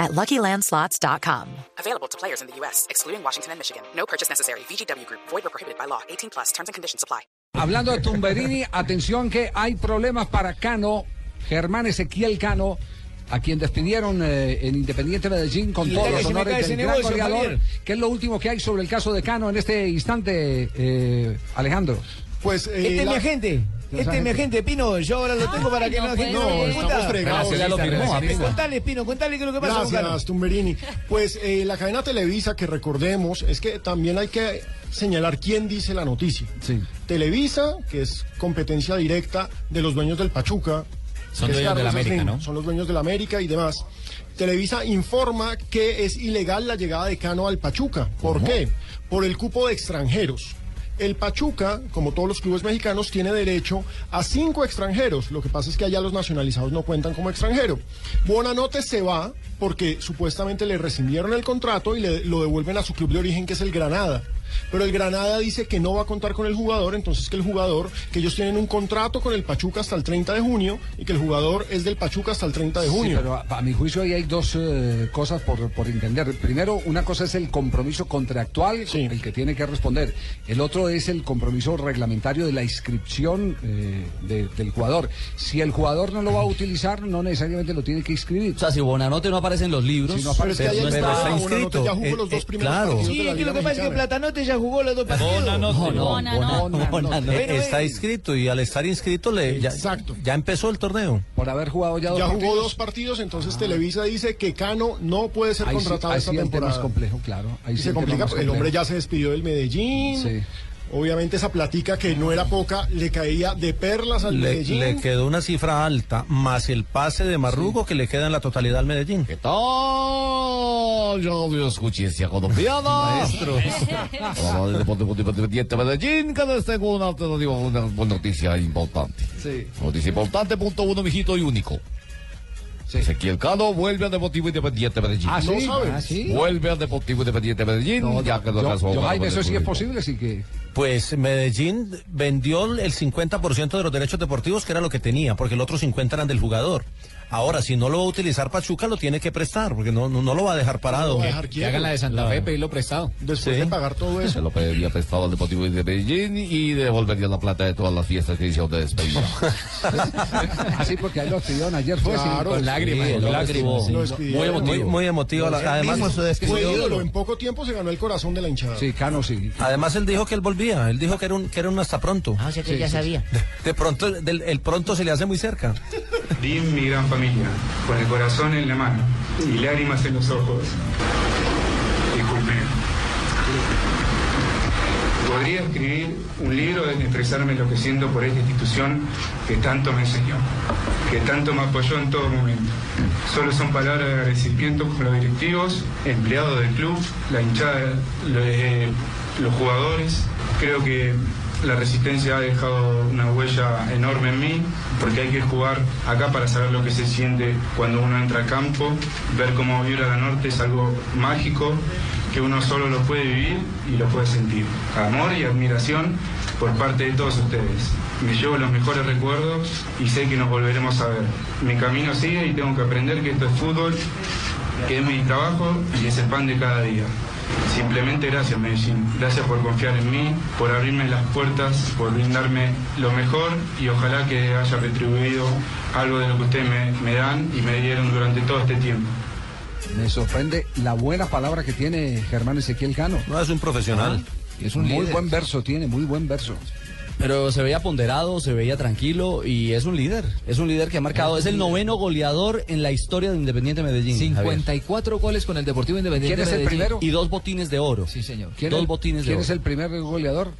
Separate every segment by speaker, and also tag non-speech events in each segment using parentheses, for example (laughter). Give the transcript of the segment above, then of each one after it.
Speaker 1: at luckylandslots.com.
Speaker 2: Available to players in the U.S., excluding Washington and Michigan. No purchase necessary. VGW Group, void or prohibited by law. 18 plus terms and conditions apply.
Speaker 3: Hablando de Tumberini, atención que hay problemas para Cano, Germán Ezequiel Cano, a quien despidieron eh, en Independiente Medellín con
Speaker 4: Y
Speaker 3: todos
Speaker 4: deje
Speaker 3: los
Speaker 4: que me
Speaker 3: honores
Speaker 4: caiga
Speaker 3: del
Speaker 4: ese
Speaker 3: gran
Speaker 4: negocio,
Speaker 3: goleador,
Speaker 4: Javier.
Speaker 3: que es lo último que hay sobre el caso de Cano en este instante, eh, Alejandro.
Speaker 5: Pues eh,
Speaker 4: Este es
Speaker 5: la-
Speaker 4: mi agente. Este es mi agente, Pino. Yo ahora lo tengo para que no gente.
Speaker 5: No, estamos fregados.
Speaker 3: Pero se lo firmó, amigo.
Speaker 4: Contale, Pino, contale qué es lo que pasa con Carlos.
Speaker 5: Gracias, Tumberini. Pues eh, la cadena Televisa, que recordemos, es que también hay que señalar quién dice la noticia.
Speaker 3: Sí.
Speaker 5: Televisa, que es competencia directa de los dueños del Pachuca.
Speaker 6: Son dueños
Speaker 5: que es
Speaker 6: de la
Speaker 5: Carlos
Speaker 6: América,
Speaker 5: Slim,
Speaker 6: ¿no?
Speaker 5: Son los dueños de la América y demás. Televisa informa que es ilegal la llegada de Cano al Pachuca. ¿Por qué? Por el cupo de extranjeros. El Pachuca, como todos los clubes mexicanos, tiene derecho a cinco extranjeros. Lo que pasa es que allá los nacionalizados no cuentan como extranjero. Buonanote se va porque supuestamente le rescindieron el contrato y le, lo devuelven a su club de origen, que es el Granada. Pero el Granada dice que no va a contar con el jugador, entonces que el jugador, que ellos tienen un contrato con el Pachuca hasta el 30 de junio y que el jugador es del Pachuca hasta el 30 de
Speaker 3: Sí,
Speaker 5: junio.
Speaker 3: pero a, a mi juicio ahí hay dos eh, cosas por, por entender. Primero, una cosa es el compromiso contractual,
Speaker 5: Sí.
Speaker 3: el que tiene que responder. El otro es el compromiso reglamentario de la inscripción eh, de- del jugador. Si el jugador no lo va a utilizar, no necesariamente lo tiene que inscribir.
Speaker 6: O sea, si Bonanote no aparece en los libros,
Speaker 3: Si no aparece,
Speaker 5: Pero es que ahí
Speaker 3: pero
Speaker 5: está,
Speaker 3: está
Speaker 5: Bonanote ya jugó
Speaker 6: Eh,
Speaker 5: los dos
Speaker 6: eh,
Speaker 5: primeros
Speaker 6: claro.
Speaker 5: partidos de
Speaker 4: Sí,
Speaker 5: la
Speaker 4: es que lo
Speaker 5: Liga
Speaker 4: que pasa es que
Speaker 5: Mexicana.
Speaker 4: Platanote ya jugó los dos partidos.
Speaker 6: No, no,
Speaker 3: Bonanote.
Speaker 6: Bonanote.
Speaker 3: Bonanote.
Speaker 4: Pero,
Speaker 7: está
Speaker 4: eh,
Speaker 7: inscrito y al estar inscrito le, ya,
Speaker 5: Exacto.
Speaker 7: ya empezó el torneo.
Speaker 3: por haber jugado ya dos
Speaker 5: Ya jugó
Speaker 3: partidos, Ah.
Speaker 5: dos partidos, entonces Televisa dice que Cano no puede ser
Speaker 3: ahí sí-
Speaker 5: contratado
Speaker 3: ahí
Speaker 5: esta
Speaker 3: sí el tema es
Speaker 5: temporada.
Speaker 3: complejo, claro. Ahí
Speaker 5: Y
Speaker 3: sí
Speaker 5: se
Speaker 3: el tema
Speaker 5: complica,
Speaker 3: es
Speaker 5: el hombre
Speaker 3: complejo.
Speaker 5: ya se despidió del Medellín.
Speaker 3: Sí.
Speaker 5: Obviamente esa platica que no era poca le caía de perlas al
Speaker 7: Le,
Speaker 5: Medellín.
Speaker 7: le quedó una cifra alta, más el pase de Marrugo que le queda en la totalidad al Medellín.
Speaker 5: Eh.
Speaker 8: ¿Qué tal? Yo Dios conciencia colombiana. Maestro. Hola del Deporte Deportivo Independiente Medellín, que les tengo una alternativa, una buena noticia importante.
Speaker 3: Sí.
Speaker 8: Noticia importante, punto uno, mijito, y único.
Speaker 3: Sí.
Speaker 8: Ezequiel Cano vuelve al Deportivo Independiente Medellín.
Speaker 3: Ah,
Speaker 5: No
Speaker 3: sí,
Speaker 5: sabe.
Speaker 3: ah, sí.
Speaker 8: Vuelve al Deportivo Independiente Medellín,
Speaker 3: No,
Speaker 8: ya que lo
Speaker 3: yo,
Speaker 8: casó.
Speaker 3: yo,
Speaker 8: con-
Speaker 3: Jaime,
Speaker 6: pues,
Speaker 3: eso sí es
Speaker 8: con-
Speaker 3: posible, sí que...
Speaker 7: Pues Medellín vendió el 50% de los derechos deportivos, que era lo que tenía, porque el otro 50% eran del jugador. Ahora, si no lo va a utilizar Pachuca, lo tiene que prestar, porque no, no, no lo va a dejar parado.
Speaker 5: Lo va a dejar quieto.
Speaker 6: de Santa Fe, pedirlo prestado.
Speaker 5: Después
Speaker 7: Sí.
Speaker 5: de pagar
Speaker 3: (laughs)
Speaker 5: todo eso.
Speaker 8: Se lo pediría prestado al Deportivo de Medellín y devolvería la plata de todas las fiestas que hicieron
Speaker 3: (laughs)
Speaker 8: de despedida.
Speaker 3: Así porque ahí lo pidieron ayer, fue sí.
Speaker 5: Claro,
Speaker 3: Pues,
Speaker 6: lágrimas,
Speaker 3: sí,
Speaker 6: con
Speaker 3: lo-
Speaker 6: lágrimas,
Speaker 3: sí.
Speaker 5: lo
Speaker 7: Muy
Speaker 5: despidieron.
Speaker 7: emotivo. Muy, muy emotivo. la- Además,
Speaker 5: Fue ídolo, en poco tiempo se ganó el corazón de la hinchada.
Speaker 3: Sí, Cano, sí.
Speaker 7: Además, él dijo que él volvía. Él dijo que era un, que era un hasta pronto. Ah, que ya sabía. De pronto, el- del- el pronto se le hace muy cerca.
Speaker 9: Din, mi gran familia, con el corazón en la mano y lágrimas en los ojos. Disculpen. Podría escribir un libro de expresarme lo que siento por esta institución que tanto me enseñó, que tanto me apoyó en todo momento. Solo son palabras de agradecimiento con los directivos, empleados del club, la hinchada, los, eh, los jugadores. Creo que la resistencia ha dejado una huella enorme en mí, porque hay que jugar acá para saber lo que se siente cuando uno entra al campo, ver cómo vibra la norte es algo mágico que uno solo lo puede vivir y lo puede sentir. Amor y admiración por parte de todos ustedes. Me llevo los mejores recuerdos y sé que nos volveremos a ver. Mi camino sigue y tengo que aprender que esto es fútbol, que es mi trabajo y es el pan de cada día. Simplemente gracias Medellín, gracias por confiar en mí, por abrirme las puertas, por brindarme lo mejor y ojalá que haya retribuido algo de lo que ustedes me, me dan y me dieron durante todo este tiempo.
Speaker 3: Me sorprende la buena palabra que tiene Germán Ezequiel Cano.
Speaker 7: No es un profesional.
Speaker 6: Es un
Speaker 3: muy
Speaker 6: líder.
Speaker 3: buen verso tiene, muy buen verso.
Speaker 6: Pero se veía ponderado, se veía tranquilo y es un líder. Es un líder que ha marcado. Es el noveno goleador en la historia de Independiente Medellín. Javier.
Speaker 10: 54 goles con el Deportivo Independiente.
Speaker 3: ¿Quién es el
Speaker 10: Medellín.
Speaker 3: primero?
Speaker 6: Y dos botines de oro.
Speaker 10: Sí, señor.
Speaker 3: ¿Quién,
Speaker 6: dos
Speaker 3: el-
Speaker 6: botines de
Speaker 3: ¿quién
Speaker 6: oro.
Speaker 3: es el primer goleador?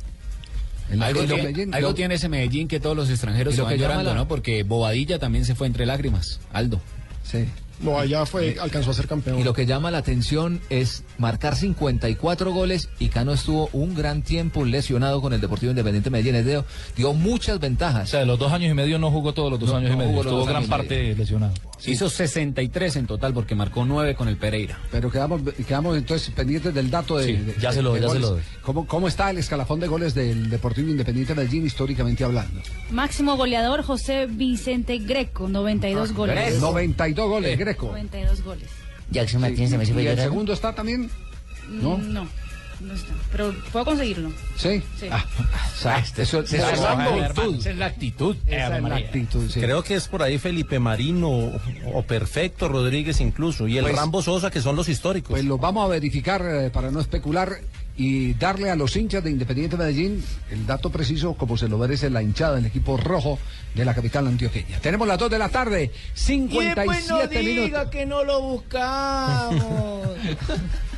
Speaker 3: El
Speaker 10: Algo,
Speaker 3: Atlético
Speaker 10: tiene-
Speaker 3: Medellín.
Speaker 10: algo
Speaker 3: Lo-
Speaker 10: tiene ese Medellín que todos los extranjeros
Speaker 6: Y
Speaker 10: se
Speaker 6: lo
Speaker 10: van
Speaker 6: que llama
Speaker 10: llorando,
Speaker 6: la-
Speaker 10: ¿no? Porque Bobadilla también se fue entre lágrimas, Aldo.
Speaker 3: Sí.
Speaker 5: No, allá fue, alcanzó a ser campeón.
Speaker 8: Y lo que llama la atención es marcar 54 goles y Cano estuvo un gran tiempo lesionado con el Deportivo Independiente Medellín. Es de- Dio muchas ventajas.
Speaker 11: Ah, O sea, de los dos años y medio no jugó todos los dos
Speaker 8: No,
Speaker 11: años
Speaker 8: no
Speaker 11: y medio.
Speaker 8: jugó los
Speaker 11: Estuvo
Speaker 8: dos
Speaker 11: gran
Speaker 8: años y
Speaker 11: parte
Speaker 8: medio.
Speaker 11: lesionado.
Speaker 12: Hizo 63 en total porque marcó 9 con el Pereira.
Speaker 3: Pero quedamos, quedamos entonces pendientes del dato de.
Speaker 12: Sí,
Speaker 3: de-
Speaker 12: ya
Speaker 3: de-
Speaker 12: se lo-
Speaker 3: de
Speaker 12: ya se
Speaker 3: goles.
Speaker 12: lo doy.
Speaker 3: ¿Cómo, ¿Cómo está el escalafón de goles del Deportivo Independiente Medellín históricamente hablando?
Speaker 13: Máximo goleador José Vicente Ah, Greco, 92 goles.
Speaker 3: 92 goles, Greco.
Speaker 13: 92 goles.
Speaker 14: Jackson Martínez se me hace
Speaker 3: ¿Y el
Speaker 14: llorar.
Speaker 3: segundo está también?
Speaker 13: No, Mm, no, no está. Pero puedo conseguirlo.
Speaker 3: Sí. Ah, Eso-
Speaker 13: Sí.
Speaker 7: Esa Ah, este, es la actitud.
Speaker 11: Esa es la actitud.
Speaker 7: Esa es la
Speaker 3: actitud, sí.
Speaker 7: Creo que es por ahí Felipe Marino o- o Perfecto Rodríguez incluso y el
Speaker 3: Pues-
Speaker 7: Rambo Sosa que son los históricos.
Speaker 3: Pues los vamos a verificar eh, para no especular y darle a los hinchas de Independiente Medellín el dato preciso como se lo merece la hinchada del equipo rojo de la capital antioqueña. Tenemos las 2 de la tarde,
Speaker 15: Y pues después
Speaker 3: 57
Speaker 15: no diga
Speaker 3: minutos.
Speaker 15: que no lo buscamos.